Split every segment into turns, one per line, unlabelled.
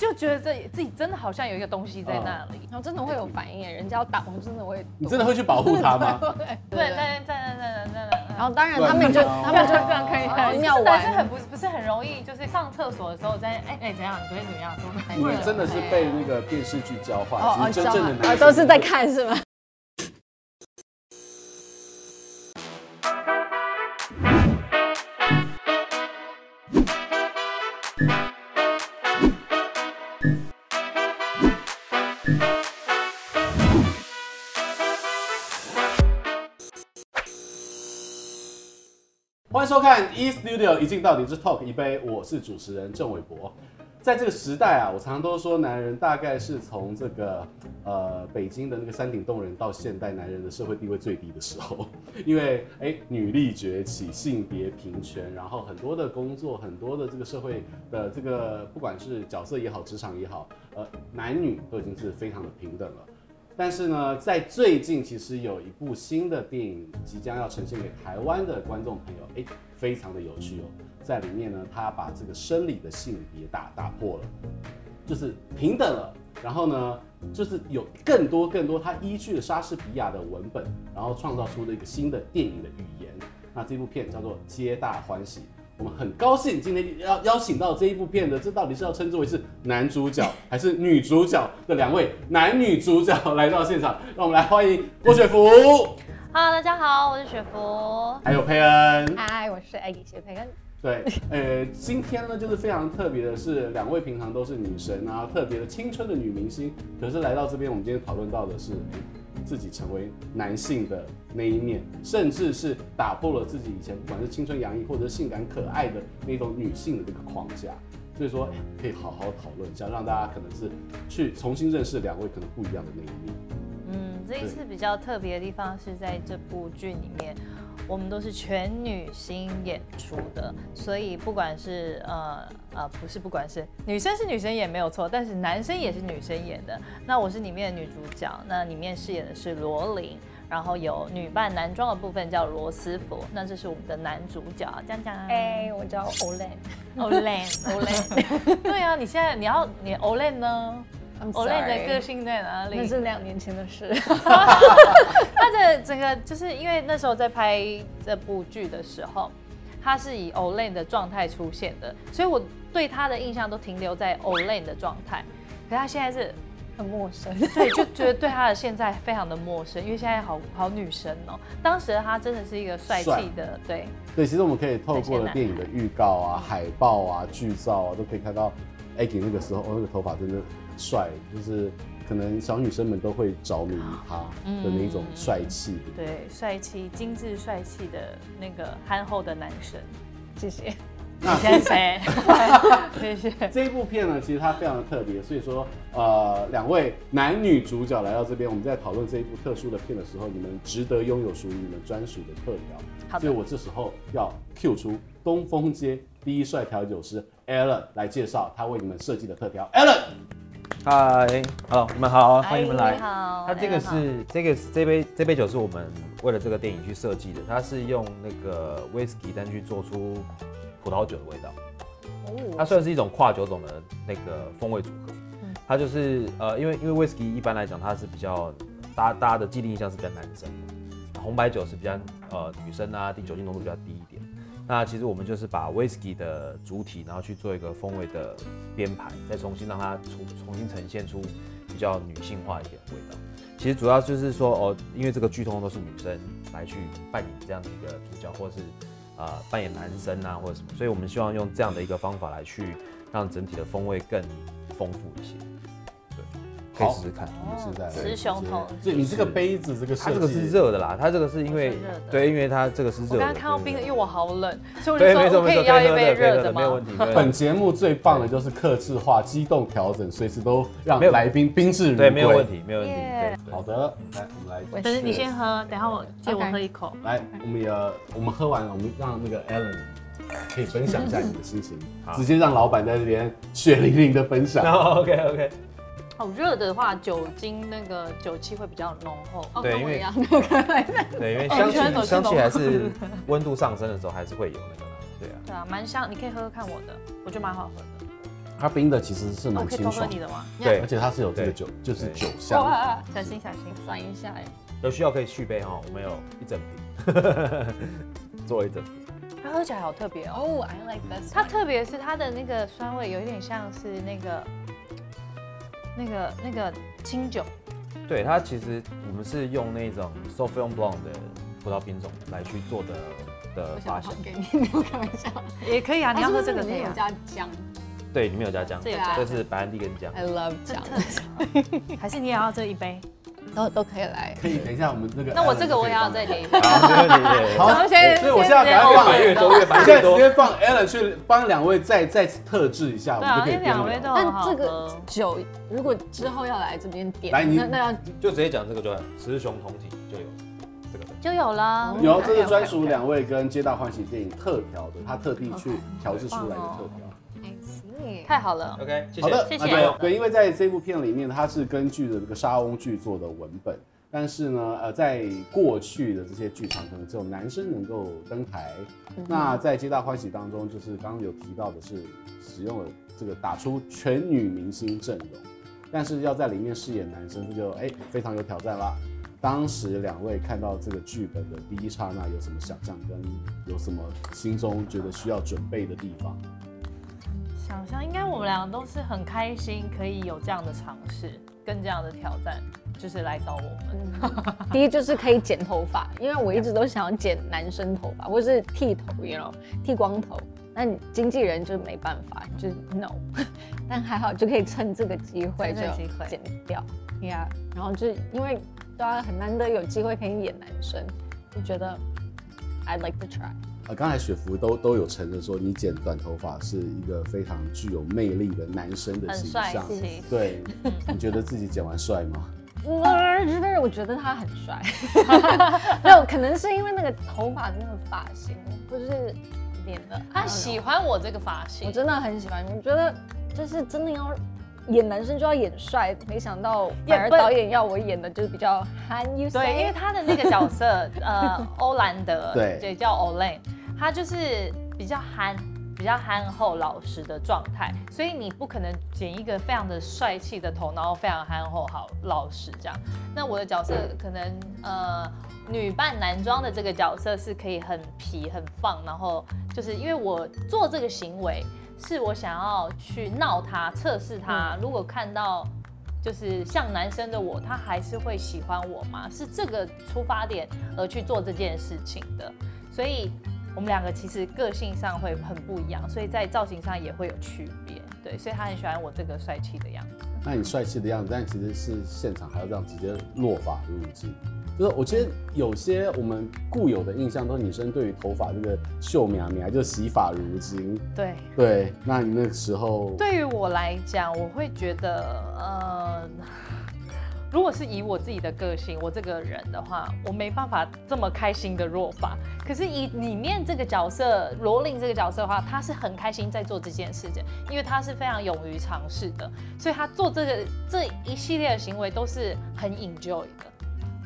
就觉得这自己真的好像有一个东西在那里。
然后真的会有反应耶，人家要打我真的会，
你真的会去保护它 吗？
对，在在在在在在，哦然
然
后
后当然他们就
对啊
他们就这样看一看，
其
尿
实男生
完
很不不是很容易，就是上厕所的时候在哎哎怎样，你昨天怎么样？怎么
你们真的是被那个电视剧教坏，其实真正的男
啊
生
都是在看是吗？
欢迎收看 E Studio 一镜到底之 Talk 一杯，我是主持人郑伟博。在这个时代啊，我常常都说，男人大概是从这个呃北京的那个山顶洞人到现代男人的社会地位最低的时候， 因为哎女力崛起，性别平权，然后很多的工作，很多的这个社会的这个不管是角色也好，职场也好，呃男女都已经是非常的平等了。但是呢，在最近其实有一部新的电影即将要呈现给台湾的观众朋友，诶，非常的有趣哦。在里面呢，他把这个生理的性别打打破了，就是平等了。然后呢，就是有更多更多，他依据了莎士比亚的文本，然后创造出了一个新的电影的语言。那这部片叫做《皆大欢喜》，我们很高兴今天邀邀请到这一部片的，这到底是要称之为是男主角还是女主角的两位男女主角来到现场，让我们来欢迎郭雪芙，
Hello，大家好，我是雪芙。
还有佩恩。
嗨，我
哎
是艾迪谢培根，
对，呃，今天呢，就是非常特别的是，两位平常都是女神啊，特别的青春的女明星，可是来到这边，我们今天讨论到的是诶自己成为男性的那一面，甚至是打破了自己以前不管是青春洋溢或者是性感可爱的那种女性的这个框架。所以说，诶可以好好讨论一下，让大家可能是去重新认识两位可能不一样的那一面。
嗯，这一次比较特别的地方是在这部剧里面，我们都是全女星演出的，所以不管是呃呃不是不管是女生是女生演没有错，但是男生也是女生演的。那我是里面的女主角，那里面饰演的是罗琳。然后有女扮男装的部分叫罗斯福，那这是我们的男主角，江江。
哎，
哦
我叫 Olen。
Olen，Olen，对哦 啊，你现在你要你 Olen 呢
I'm
？Olen 的
sorry
个性在哪里？
那是两年前的 事。
他的整个就是因为那时候在拍这部剧的时候，他是以 Olay 的状态出现的，所以我对他的印象都停留在 Olay 的状态。可他现在是，
很陌生。
对，就觉得对他的现在非常的陌生，因为现在好好女生哦、当时他真的是一个帅气的，对，
对，其实我们可以透过了电影的预告啊、海报啊、剧照啊，都可以看到 a g g 那个时候，哦，那个头发真的很帅，就是可能小女生们都会着迷于他
哦
的那种帅气。
对，帅气、精致、帅气的那个憨厚的男生。
谢谢。
那
现在是 谁？谢谢。
这一部片呢，其实它非常的特别，所以说，呃，两位男女主角来到这边，我们在讨论这一部特殊的片的时候，你们值得拥有属于你们专属的特聊。
好的
所以我这时候要 Q 出东风街第一帅调酒师 Alan 来介绍他为你们设计的特调。Alan。
嗨，Hello，你们好，欢迎你们来
哎你。好，
它这个是这个这杯这杯酒是我们为了这个电影去设计的，它是用那个 whisky 单去做出葡萄酒的味道，它
哦，
算是一种跨酒种的那个风味组合。
嗯
它就是呃，因为因为 whisky 一般来讲它是比较大家大家的既定印象是比较男生的，红白酒是比较呃女生啊，低酒精浓度比较低一点。那其实我们就是把 whisky 的主体，然后去做一个风味的编排，再重新让它重重新呈现出比较女性化一点的味道。其实主要就是说哦，因为这个剧通常都是女生来去扮演这样的一个主角，或是啊、呃扮演男生啊或者什么，所以我们希望用这样的一个方法来去让整体的风味更丰富一些。对，可以
好
试试看。
我们是在
雌雄同体
对，你这个杯子这个设
它
计，
这个是热的啦，它这个是因为
我是热的
对，因为它这个是热的。
我刚刚看到冰的，因为我好冷，所以
对，
我就说我可
没错没错，
以要一
喝
杯
的可以喝
热的
的
吗？
没有问题。 没有问
本
题
节目最棒的就是克制化、机动调整，随时都让
没有
来宾宾至如归。
对，没有问。题，没有问题。
耶
对，
嗯好 的，来，我们来，
等着你先喝，等一下我借我
OK
喝一口。
来，我们也我们喝完了，我们让那个 Alan 可以分享一下你的心情，
好
直接让老板在这边血淋淋的分享。
然后 OK OK，
好哦热的话，酒精那个酒气会比较浓厚。哦，
对
跟
因
我
为
一样，没有开玩笑。
对，因为
哦
香
你喜欢走
气香
这
气
种
还是 温度上升的时候还是会有那个嘛，对啊。
对啊，蛮香，你可以喝喝看我的，我觉得蛮好喝的。
它冰的其实是
我
蛮
可以
清
偷喝
爽
你，的吗？
对
而，且它是有这个
对
酒，就是
对
酒香。
哇，
小心小心，
转啊一下哎，
有需要可以续杯哈，我们有一整瓶， 做了一整瓶。
它喝起来好特别哦。
哦，I like this，
它
它
特别是它的那个酸味有一点像是那个那个那个清酒，
对，它其实我们是用那种 Sauvignon Blanc 的葡萄品种来去做的的
我
发
想
酵
放，给你，没有开玩笑。
也可以啊。你要
它是
喝
不是
这个
里
可以
面有
啊。
加姜
对，里面有加姜，
这有
加
这是白兰地跟姜。
，I love 姜，
还是你也要这一杯？
都都可以来。
可以等一下我们那个，
那我 这个我也要再点一杯。
好，没问题没问题。
好，
然后先
所以我现在赶快放
越买越多， 越买
我现在
越
直
多。
接放 Alan 去帮两位再再特制一下，我
对
们就
啊，
可以
那
边
两杯都
聊。
好
但
好
这
喝
个。酒，如果之后要来这边点，
来你
那那要
就直接讲这个就好，雌雄同体就有这个。
就有了，
哦有，这是专属两位跟《皆大欢喜》电影特调的，他特地去调制出来的特调。
I see，
太好了。
OK，谢谢。
好的，
谢谢
那就对，因为在这部片里面，它是根据的这个莎翁剧作的文本，但是呢，呃，在过去的这些剧场，可能只有男生能够登台。那在《皆大欢喜》当中，就是刚刚有提到的是使用了这个打出全女明星阵容，但是要在里面饰演男生，这就哎非常有挑战啦。当时两位看到这个剧本的第一刹那，有什么想象跟有什么心中觉得需要准备的地方？
想象应该我们两个都是很开心，可以有这样的尝试跟这样的挑战，就是来找我们。
第一就是可以剪头发，因为我一直都想要剪男生头发，或是剃头，you know，剃光头。那你经纪人就没办法，就是 no。但 还好就可以趁这个机会
趁这个机
就
会
剪掉，yeah。然后就是因为对啊，很难得有机会可以演男生，就觉得 I'd like to try。
呃，刚才雪芙都都有承认说，你剪短头发是一个非常具有魅力的男生的
很
形
帅
象
气。
对， 你觉得自己剪完帅吗？
嗯，因为我觉得他很帅， 没有，可能是因为那个头发的那个发型，或者是脸的，
他喜欢我这个发型，
我真的很喜欢，我觉得就是真的要演男生就要演帅，没想到反而
也不
导演要我演的就是比较憨，you
对，因为他的那个角 色，呃，欧兰德，
对
也叫 Olen，他就是比较憨。比较憨厚老实的状态，所以你不可能剪一个非常的帅气的头，然后非常憨厚好老实这样。那我的角色可能呃女扮男装的这个角色是可以很皮很放，然后就是因为我做这个行为是我想要去闹他测试他，如果看到就是像男生的我，他还是会喜欢我吗？是这个出发点而去做这件事情的，所以我们两个其实个性上会很不一样，所以在造型上也会有区别。对，所以他很喜欢我这个帅气的样子。
那你帅气的样子，但其实是现场还要这样直接落发入镜。就是我觉得有些我们固有的印象都是女生对于头发这个秀苗苗，就是洗发如金。
对，
对，那你那个时候，
对于我来讲，我会觉得，呃， 如果是以我自己的个性，我这个人的话，我没办法这么开心的落发。可是以里面这个角色罗琳这个角色的话，她是很开心在做这件事情，因为她是非常勇于尝试的，所以她做这个这一系列的行为都是很 enjoy 的。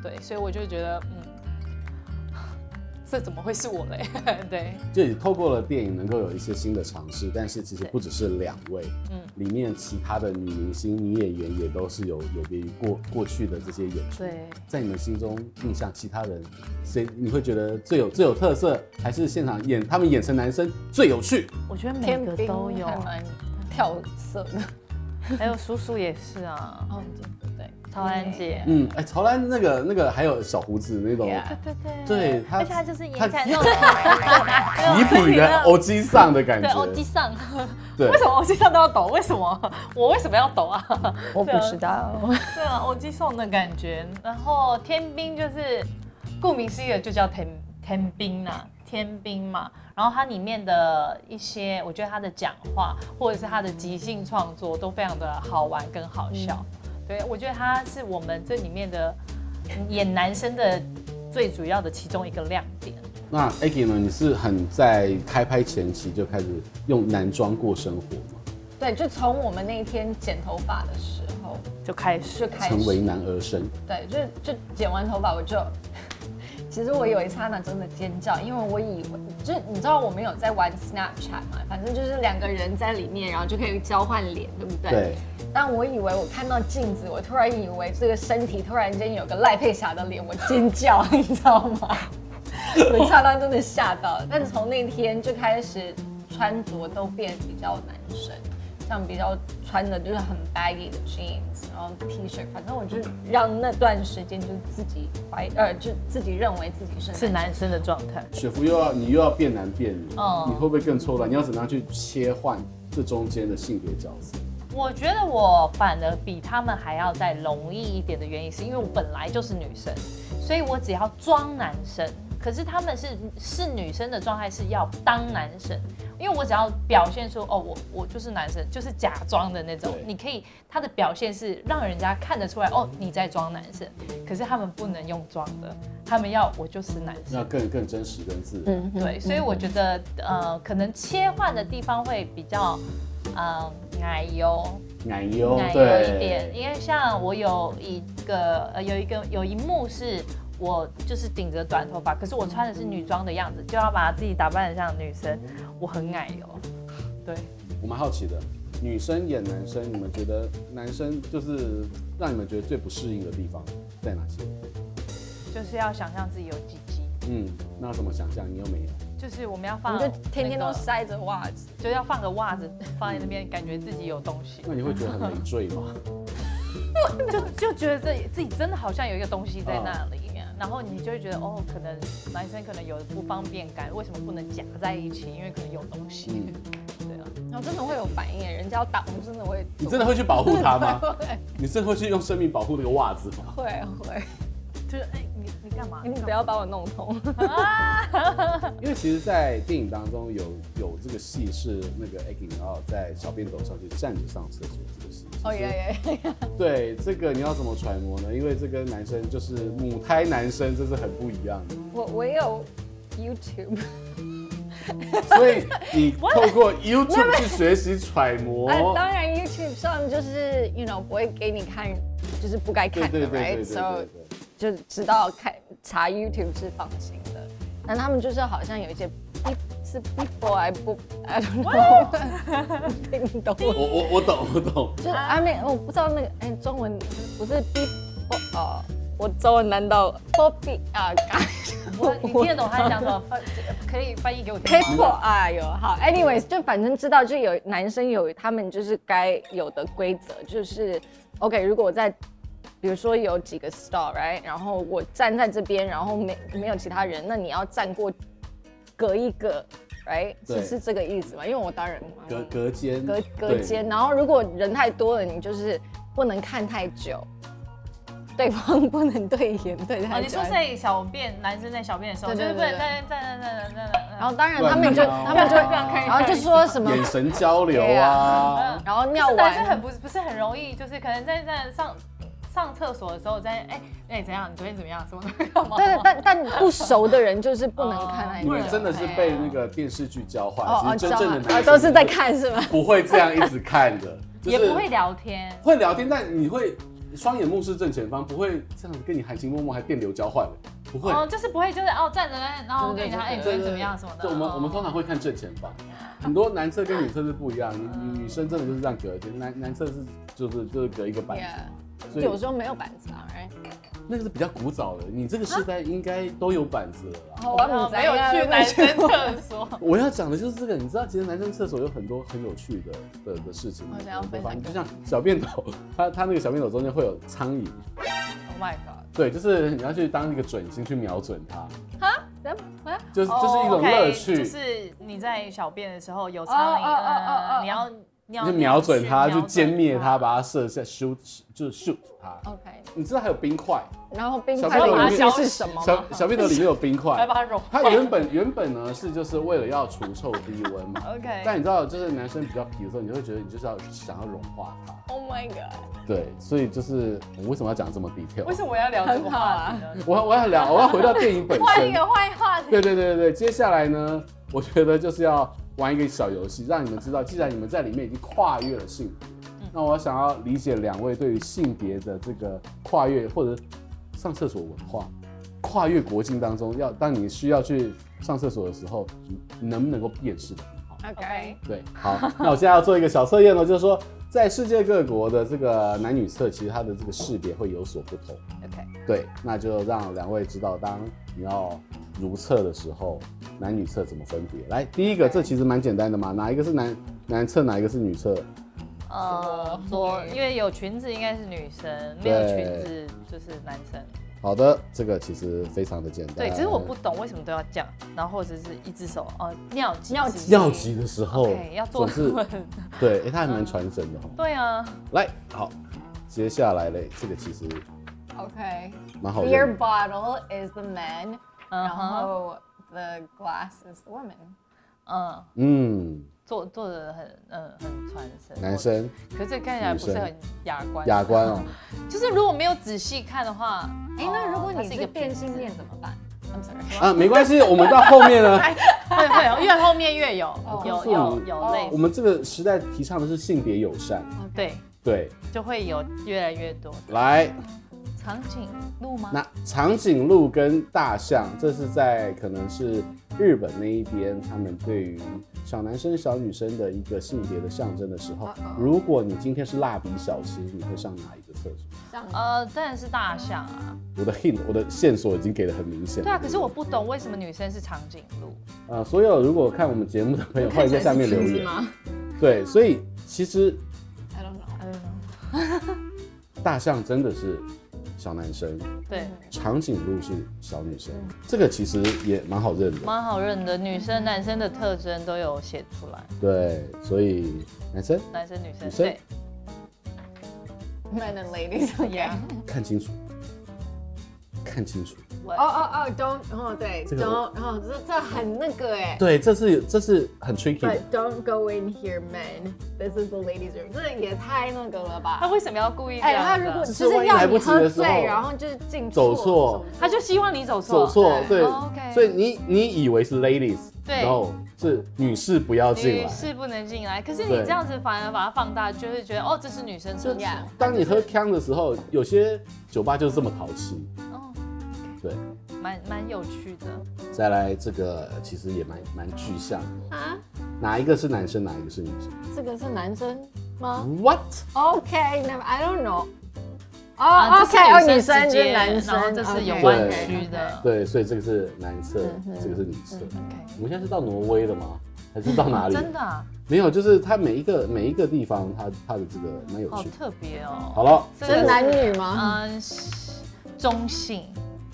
对，所以我就觉得，嗯， 这怎么会是我嘞？ 对。
就你透过了电影能够有一些新的尝试，但是其实不只是两位，嗯
嗯，
里面其他的女明星、女演员也都是有有别于过过去的这些演出。
对
在你们心中印象，其他人谁你会觉得最有最有特色，还是现场演他们演成男生最有趣？
我觉得每
天
个
兵啊
都有，
还蛮跳色的，
还有叔叔也是啊，
哦，对，
曹安姐，
嗯，哎，曹兰那个那个还有小胡子那种
Yeah
对对
对他
而且他就是
他
眼看那种
痞痞的 欧基上的感
对欧基
觉，
上，
对
为，什么欧基上都要抖？为什么 我为什么要抖啊？
我不知道，
对啊，欧基上的感觉。然后天兵就是，顾名思义的就叫天天兵啦、天兵嘛。然后它里面的一些，我觉得他的讲话或者是他的即兴创作都非常的好玩跟好笑。
嗯
对，我觉得他是我们这里面的嗯演男生的最主要的其中一个亮点。
那 Aggy 呢？你是很在开拍前期就开始用男装过生活吗？
对，就从我们那一天剪头发的时候
就开始
就开
成为
始，
男儿身。
对，就就剪完头发我就 其实我有一刹那真的尖叫，因为我以为就是你知道我们有在玩 Snapchat 嘛，反正就是两个人在里面，然后就可以交换脸，对不对？
对。
但我以为我看到镜子，我突然以为这个身体突然间有个赖佩霞的脸，我尖叫，你知道 吗？我一刹那真的吓到了。但从那天就开始穿着都变比较男生，像比较穿的就是很 baggy 的 jeans，然后 T 恤，反正我就让那段时间就自己怀呃，就自己认为自己是
是男生的状态。
雪芙又要你又要变男变女，
哦
你会不会更错乱？你要怎么样去切换这中间的性别角色？
我觉得我反而比他们还要再容易一点的原因，是因为我本来就是女生，所以我只要装男生。可是他们是是女生的状态是要当男生，因为我只要表现出哦，我我就是男生，就是假装的那种
对。
你可以他的表现是让人家看得出来哦，你在装男生。可是他们不能用装的，他们要我就是男生
要。更更真实跟自然。
嗯，
对，所以我觉得呃，可能切换的地方会比较呃奶油。
奶油，
奶油
对，
一点，因为像我有一个呃有一个有一幕是我就是顶着短头发，可是我穿的是女装的样子，就要把自己打扮得像女生，我很奶油。对，
我蛮好奇的，女生演男生，你们觉得男生就是让你们觉得最不适应的地方在哪些？
就是要想象自己有鸡鸡，
嗯，那怎么想象？你又没有？
就是我们要
我
放、
们
那
就
个，
天天都塞着袜子，
就要放个袜子放在那边，感觉自己有东西，
那你会觉得很累赘吗？
就就觉得自己自己真的好像有一个东西在那里。然后你就会觉得哦，可能男生可能有不方便感，为什么不能夹在一起？因为可能有东西。
嗯
对啊。
然后真的会有反应，人家要打，我真的会，
你真的会去保护他吗？
会
你真的会去用生命保护那个袜子吗？
会会，
就是哎、你你干嘛？
你不要把我弄痛。
因为其实，在电影当中有有这个戏是那个 Egging 然后在小便斗上去站着上厕所这个戏。
哦耶耶。
对这个你要怎么揣摩呢？因为这跟男生就是母胎男生，这是很不一样的。
我我也有 YouTube，
所以你透过 YouTube 去学习揣摩。
啊，当然 YouTube 上就是 you know 不会给你看，就是不该
对
看
对对
的
对对对
，right？So
对。
就知道看查 YouTube 是放心的，但他们就是好像有一些 peop- 是 people I 不 I don't know，听 懂
我 我我懂我懂，
就 I mean 我不知道那个哎中文不是 people 哦，我中文难道 people 啊？
我你听得懂他在讲什么？翻可以翻译给我听
paper
嗯
吗？
啊，有好，anyways，就反正知道，就有男生有他们就是该有的规则，就是 OK，如果我在，比如说有几个 star，right，然后我站在这边，然后没没有其他人，那你要站过隔一个，right，
对
是是这个意思吗？因为我当然
隔隔间
隔隔间，，然后如果人太多了，你就是不能看太久，对方不能对眼对
啊，
太久。
你说在小便，男生在小便的时候，就
对对
是不能
对对
站站站站站站，
然后当然他们就
乱瞄啊
他们就
不要看
然后就说什么
对。眼神交流
对
啊
啊，然后尿
是男生
完
很不是不是很容易，就是可能在在上上厕所的时候在哎哎怎样？你昨天怎么样？什么干嘛？
对，但但不熟的人就是不能看太
你
久。
们真的是被那个电视剧教
哦
坏，
啊哦，
其实
知
真
道
正的
了
男，
啊
生
都是在看是吗？
不会这样一直看 的，
也不会聊天。
会聊天，但你会双眼目视正前方，不会这样子跟你含情脉脉还电流交换的，不会。
哦，就是不会，就是哦，站着，然后我跟你讲，哎，你昨天怎么样什么的。哦
对，我们我们通常会看正前方，很多男厕跟女厕是不一样，女女女生真的就是这样隔间，男男厕是就是就是隔一个板子，所以
有时候没有板子啊，哎，
那个是比较古早的，你这个时代应该都有板子了啦。
我没有去男生厕所。
我要讲的就是这个，你知道，其实男生厕所有很多很有趣的的的事情，
我想要分享
你
给
就
你
像小便斗，它它那个小便斗中间会有苍蝇，
Oh my god！
对，就是你要去当一个准星去瞄准它，
啊，
就是就是一种乐趣，
哦就是你在小便的时候有
哦
苍
哦哦哦哦
蝇，呃
哦
你要你
你就瞄准它，
去
就歼灭
瞄准哦
它，把它射下，shoot 就是 shoot 它。
OK，
你知道还有冰块，
然后冰
小
块
朋友
的
里
游
面
戏是什么吗
小？小便斗里面有冰
来
块
把，它融化。
它原本原本呢是就是为了要除臭低温嘛，但
OK。
你知道就是男生比较皮的时候，你会觉得你就是要想要融化它。
Oh my god！
对，所以就是我为什么要讲这么 detail？
为什么我要聊这个话题呢？
我我要聊，我要回到电影本
换
身
一。个换一个话 题。
对对对对对，接下来呢，我觉得就是要玩一个小游戏，让你们知道，既然你们在里面已经跨越了性别，那我想要理解两位对于性别的这个跨越或者上厕所文化跨越国境当中，要当你需要去上厕所的时候，你能不能够辨识的很好？
OK
对，好，那我现在要做一个小测验呢，就是说，在世界各国的这个男女厕，其实它的这个识别会有所不同。
OK，
对，那就让两位知道，当你要如厕的时候，男女厕怎么分别。来，第一个，这其实蛮简单的嘛，哪一个是男男厕，哪一个是女厕？
呃，
什么
左
女
因为有裙子应该是女生，没有
对
裙子就是男生。
好的，这个其实非常的简单。
对，只是我不懂为什么都要这样，然后或者是一只手哦、尿急
尿
是不是
急
尿急的时候
OK，要做
总是
稳。
对，哎，他还蛮传神的哦。
对啊，
来，好，接下来嘞，这个其实
Okay.
蛮好
Beer
用的。
bottle is the men,
嗯
然
哼，
后 the glass is the women.
嗯，
嗯，
做做的很嗯很传神。
男，生
可是这看起来不是很雅观。啊
雅观哦，
就是如果没有仔细看的话，
哎，那如果
它
你
是一
是
个
变
瓶
性
子
恋怎么办？I'm sorry.
啊，没关系，我们到后面呢，
会会越后面越有
哦
有
告诉
有
你
有类
我
似，
们这个时代提倡的是性别友善，
对，
对，
就会有越来越多
来，
长颈鹿吗？
那长颈鹿跟大象，这是在可能是日本那一边，他们对于小男生、小女生的一个性别的象征的时
哦
候，如果你今天是蜡笔小新，你会上哪一个厕所？
呃，当然是大象啊。
我的 hint，我的线索已经给的很明显了。
对啊，可是我不懂为什么女生是长颈鹿。
呃，所有如果看我们节目的朋友，欢迎在下面留 言。
啊
对，所以其实
I don't know.
嗯，
大象真的是小男生，
对，
长颈鹿是小女生，
嗯
这个其实也蛮好认的。
蛮好认的，女生男生的特征都有写出来，
对，所以男生
男生女生
女生
对
Men and ladies. Okay.
Yeah.
看清楚，看清楚。
哦哦哦，don't 哦对
这个我
，don't 哦这这很那个哎。
对，这是这是很 tricky 的
But don't go in here, men. This is the ladies' room. 这也太那个了
他
吧？
为什么要故意这
哎，
样子啊？
他如果
是
就是
万一
要
来不
你
及的
喝
时
醉
候，
然后就是进
走错
错，
他就希望你走错，
走错，对
哦，OK
所以你你以为是 ladies，
对
然后是女士不要进
女
来。
士不能进来。可是你
对
这样子反而把它放大，就会觉得哦，这是女生厕所。
Yeah
当你喝康的时候，有些酒吧就是这么淘气。
嗯
哦，
对，
蛮蛮有趣的。
再来这个其实也蛮蛮具象的，
啊，
哪一个是男生，哪一个是女生
这个是男生
嗯
吗
？What？
？OK，never I don't know。
啊
哦
这是
，OK，哦，
女
女
生直
生是
接
男
然后
生，
这是
OK，
有
弯
对
曲的
对，所以这个是男厕，
嗯
这个是女厕。我们现在是到挪威了吗？还是到哪
OK，
里？
真的啊，
没有，就是它每一个每一个地方，它它的这个蛮有
好
趣的。
特别
好
哦。
了，
这
这
个
是
个
男女吗？
嗯，中性，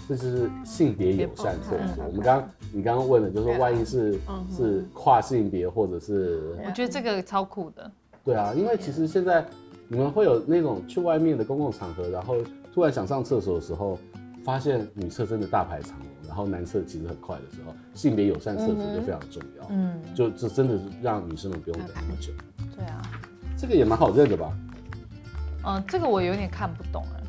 这就是性别友善厕
嗯
所。我们刚刚你刚刚问的就是说，万一是是跨性别或者是
我觉得这个超酷的。
对啊，因为其实现在你们会有那种去外面的公共场合，然后突然想上厕所的时候，发现女厕真的大排长龙，然后男厕其实很快的时候，性别友善厕所就非常重要。嗯，就就真的是让女生们不用等那么久，
对啊，
这个也蛮好认的吧？
嗯，这个我有点看不懂哎。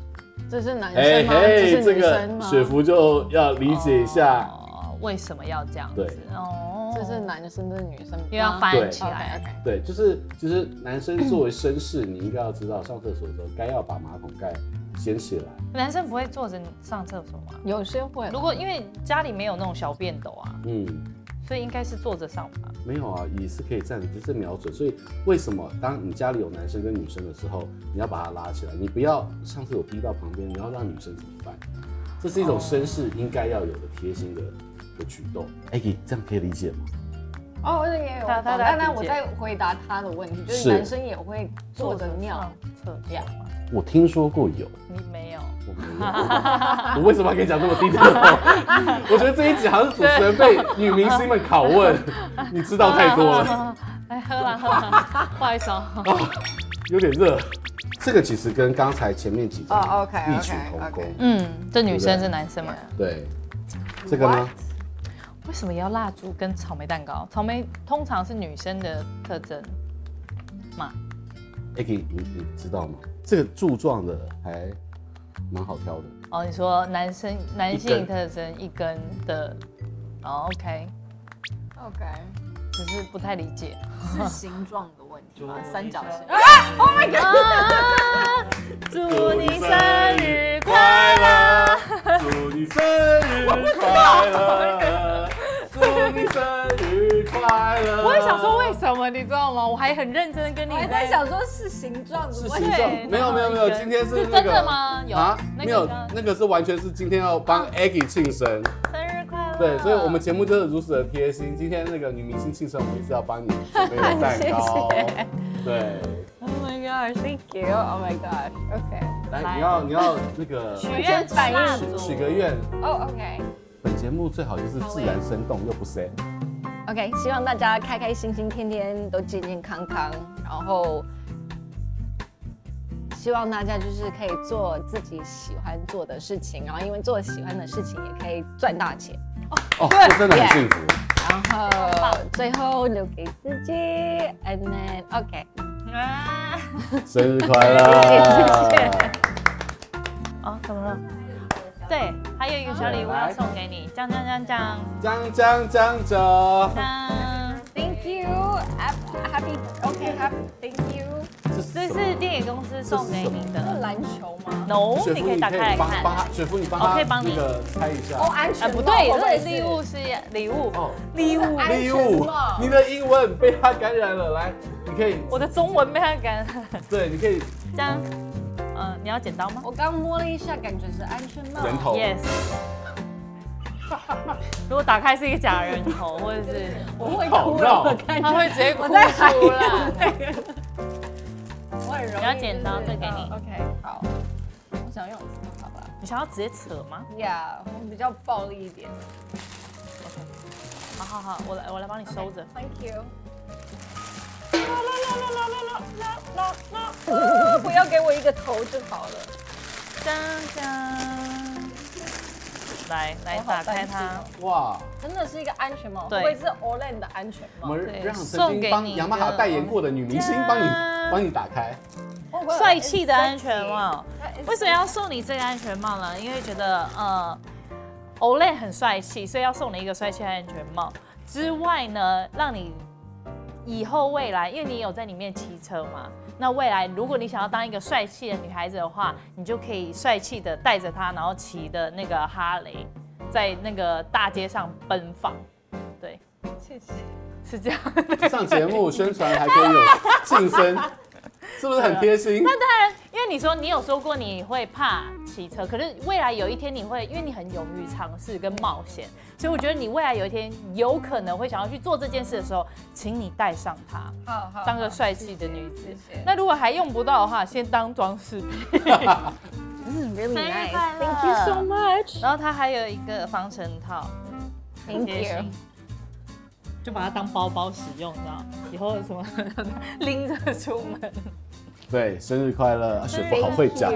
这是男
哎
生吗？这是女生吗？
雪芙就要理解一下。
哦，为什么要这样子？
对
哦，
这是男生，这是女生吗，
又要
对
翻起来。
OK，OK
对，就是其实男生作为绅士，你应该要知道上厕所的时候该要把马桶盖掀起来。
男生不会坐着上厕所吗？
有些会
如果因为家里没有那种小便斗啊，
嗯，
所以应该是坐着上吧。
没有啊，也是可以站着，就是瞄准。所以为什么当你家里有男生跟女生的时候，你要把他拉起来，你不要上次有逼到旁边，你要让女生怎么办？这是一种绅士应该要有的贴心的的举动。哎、你这样可以理解吗？
哦，这也有。
大大
但
家
但
理
我
解
在回答他的问题，就是
是
男生也会坐着尿
上。厕所吗？
我听说过有，
你没 有？
我没 有。我为什么要跟你讲这么 低调？我觉得这一集好像是主持人被女明星们拷 问，你知道太多了。
啊来喝啦喝啦，不好意思哦。
有点热。这个其实跟刚才前面几张
哦，OK，OK，OK
异曲同工。
嗯，这女生是男生嘛？
对，这个呢
What？
为什么要蜡烛跟草莓蛋糕？草莓通常是女生的特征嘛？
a k 你你知道吗？这个柱状的还蛮好挑的，
哦，你说男生男
一
性
根
特征一根的，哦，OK，
OK，
只是不太理解。
是形状的问题吗？三角形。
祝你生日快乐！
祝你生日乐，祝你生日快乐。
我也想说为什么，你知道吗？我还很认真的跟你
我还在想说是形状，
是
怎么
形
会
状
对，
没有没有没有，今天是
是
那
真的
个
吗？有
啊，
那
没有
个刚啊
那个是完全是今天要帮 Aggie 庆生，
生日快乐。
对，所以我们节目真的如此的贴心。今天那个女明星庆生，我们也是要帮你准备有蛋 糕，对，
？Oh my gosh, thank you. Oh my gosh. OK.
来
来
你要你要那个
许愿吃蜡烛，
许个愿，
Oh, OK.
本节目最好就是自然生动又不塞。
OK，希望大家开开心心，天天都健健康康，然后希望大家就是可以做自己喜欢做的事情，然后因为做喜欢的事情也可以赚大钱，
哦，这真的很幸福。
然后最后留给自己，and then OK，
啊
生日快乐！
谢谢谢谢
哦，怎么了？对，还有一个小礼物要送给你，这样这样这样这样
江江江江，
这样。
Thank you. Happy. OK. Happy. Thank you.
这是电影公司送给你
这是
的。
篮球吗？
No，
雪
你
芙，
可以
你
打
可
开
以
来
帮帮
看。
他，雪芙，你帮
我
他
可以帮
那
你
个猜一下。
哦，安全
啊，
帽。
不对，
我
这
也
是
是
礼物是礼物，
哦，
礼物。
安
礼
全
物
帽，
你的英文被他感染了，来，你可以，
我的中文被他感染。
对，你可以
这样，嗯，你要剪刀吗
我刚摸了一下，感觉是安全帽。
人
哦
头。
？Yes。如果打开是一个假人头，或者是
我会
好
哭 了，
绕
我 感
他
觉
会直接哭
我
出
在喊
来。
我很容易。
你要剪刀
就是
这给你
哦 OK，好。我想用什么好了
你想要直接扯吗？
？Yeah，我比较暴力一点。
好好好，我来我来帮你收着。
Thank you。啊 不要给我一个头就好了。
当当，来来打
哦
开它，
哇，
真的是一个安全帽，
对
会不会是 Olan 的安全
我
帽？
们
对
让曾
送
经
给
帮
你
雅马哈
的嗯啊
代言过的女明星帮你
江
帮你打开，
哦
帅气的安全帽。
哎
为什么要送你这个安全帽呢？因为觉得呃，Olay 很帅气，所以要送你一个帅气的安全帽。之外呢，让你以后未来，因为你有在里面骑车嘛，那未来如果你想要当一个帅气的女孩子的话，你就可以帅气的带着它，然后骑的那个哈雷，在那个大街上奔放。对，
谢谢。
是这样。
上节目宣传还可以有晋升，是不是很 贴心？
啊因为你说你有说过你会怕骑车，可是未来有一天你会，因为你很勇于尝试跟冒险，所以我觉得你未来有一天有可能会想要去做这件事的时候，请你带上它，
好好
当个帅气的女子
谢。谢。
那如果还用不到的话，先当装饰品。
This is really
生日
nice.
快乐
Thank you so much.
然后它还有一个防尘套，
Thank
贴心
you.
就把它当包包使用，你知道？以后有什么 拎着出门。
对，生日快乐！啊雪芙好会讲。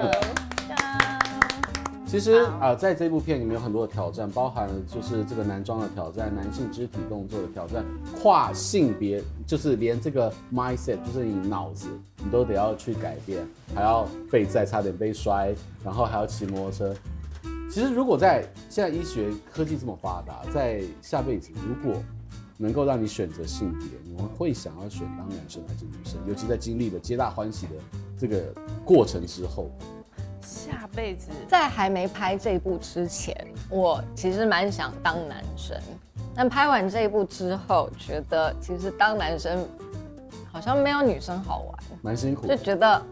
其实啊、在这部片里面有很多的挑战，包含了就是这个男装的挑战、男性肢体动作的挑战、跨性别，就是连这个 mindset，就是你脑子，你都得要去改变，还要被载差点被摔，然后还要骑摩托车。其实如果在现在医学科技这么发达，在下辈子如果能够让你选择性别，你们会想要选当男生还是女生？尤其在经历了皆大欢喜的这个过程之后，
下辈子
在还没拍这一部之前，我其实蛮想当男生，但拍完这一部之后，觉得其实当男生好像没有女生好玩。
蛮辛苦
就
的。
觉得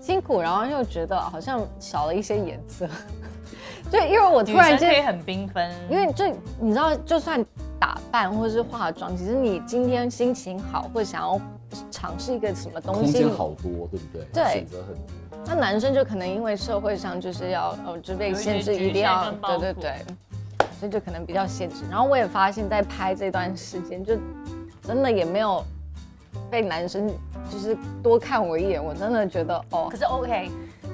辛苦，然后又觉得好像少了一些颜色。 就因为我突
女
然
生可以
间，
很缤纷，
因为就你知道，就算打扮或者是化妆，其实你今天心情好，或想要尝试一个什么东
空
西
间，好多，对不对？
对
选择很多。
那男生就可能因为社会上就是要哦就被限制，
有一些
一定要
局限跟包
对
袱
对对，所以就可能比较限制。然后我也发现，在拍这段时间，就真的也没有被男生就是多看我一眼，我真的觉得哦
可，是 OK，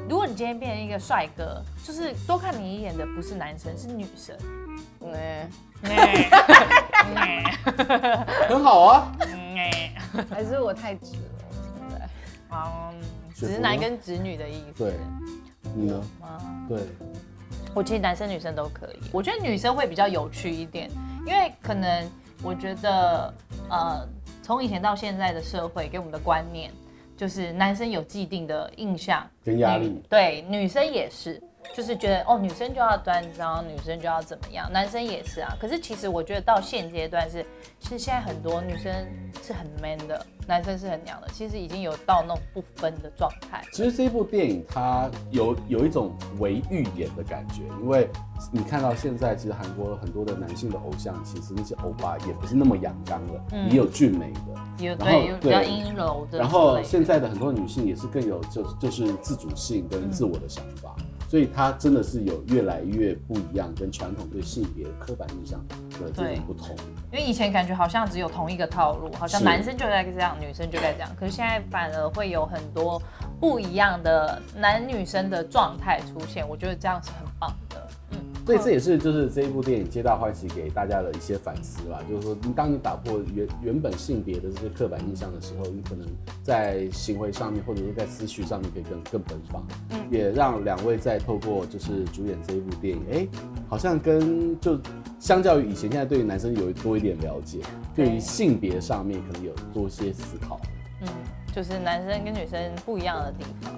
如果你今天变成一个帅哥，就是多看你一眼的不是男生是女生，
嗯。
很好啊，
还是我太直了，对，
嗯，
是
直男跟直女的意思。
对你呢？
嗯吗？
对，
我其实男生女生都可以，我觉得女生会比较有趣一点，因为可能我觉得呃，从以前到现在的社会给我们的观念，就是男生有既定的印象
跟压力
嗯女对，女生也是。就是觉得哦，女生就要端庄，女生就要怎么样，男生也是啊。可是其实我觉得到现阶段是，其实现在很多女生是很 man 的，男生是很娘的，其实已经有到那种不分的状态。
其实这部电影它有有一种为预演的感觉，因为你看到现在，其实韩国很多的男性的偶像，其实那些欧巴也不是那么阳刚的，
嗯
也有俊美的。
有
然后
对有比较
对
阴柔的之类的，
然后现在的很多女性也是更有就就是自主性
嗯
跟自我的想法，所以它真的是有越来越不一样，跟传统对性别刻板印象的这
对
种不同。
因为以前感觉好像只有同一个套路，好像
是
男生就该这样，女生就该这样。可是现在反而会有很多不一样的男女生的状态出现，我觉得这样是很棒的。嗯，
所以这也是就是这一部电影《皆大欢喜》给大家的一些反思啦，就是说，当你打破原原本性别的这些刻板印象的时候，你可能在行为上面或者是在思绪上面可以更更奔放，嗯，也让两位在透过就是主演这一部电影，哎、好像跟就相较于以前，现在对于男生有多一点了解，对于性别上面可能有多些思考，
嗯，就是男生跟女生不一样的地方。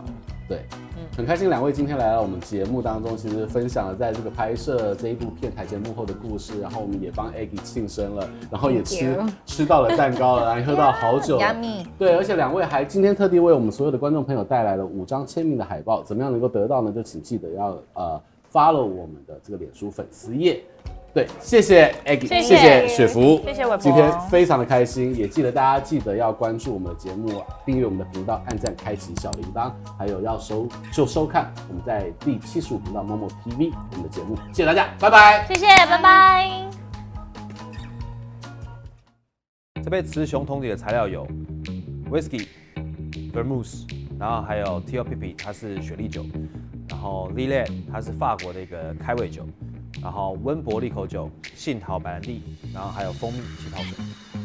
对，
嗯
很开心两位今天来到我们节目当中，其实分享了在这个拍摄这一部片台前幕后的故事，然后我们也帮 Aggie 庆生了，然后也吃
Thank you
吃到了蛋糕了，然后喝 到好酒
Yummy
对，而且两位还今天特地为我们所有的观众朋友带来了五张签名的海报，怎么样能够得到呢？就请记得要呃 follow 我们的这个脸书粉丝页。对，谢谢 Aggie，
谢谢
雪芙，
谢谢玮柏
今天非常的开心，也记得大家记得要关注我们的节目，订阅我们的频道，按赞，开启小铃铛，还有要收就收看我们在第七十五频道某某 TV 我们的节目，谢谢大家，拜拜。
谢谢，拜拜。
这杯雌雄同体的材料有 whisky、vermouth，然后还有 t o p p 它是雪莉酒，然后 l i l e 它是法国的一个开胃酒，然后温伯利口酒、杏桃白兰地，然后还有蜂蜜气泡水。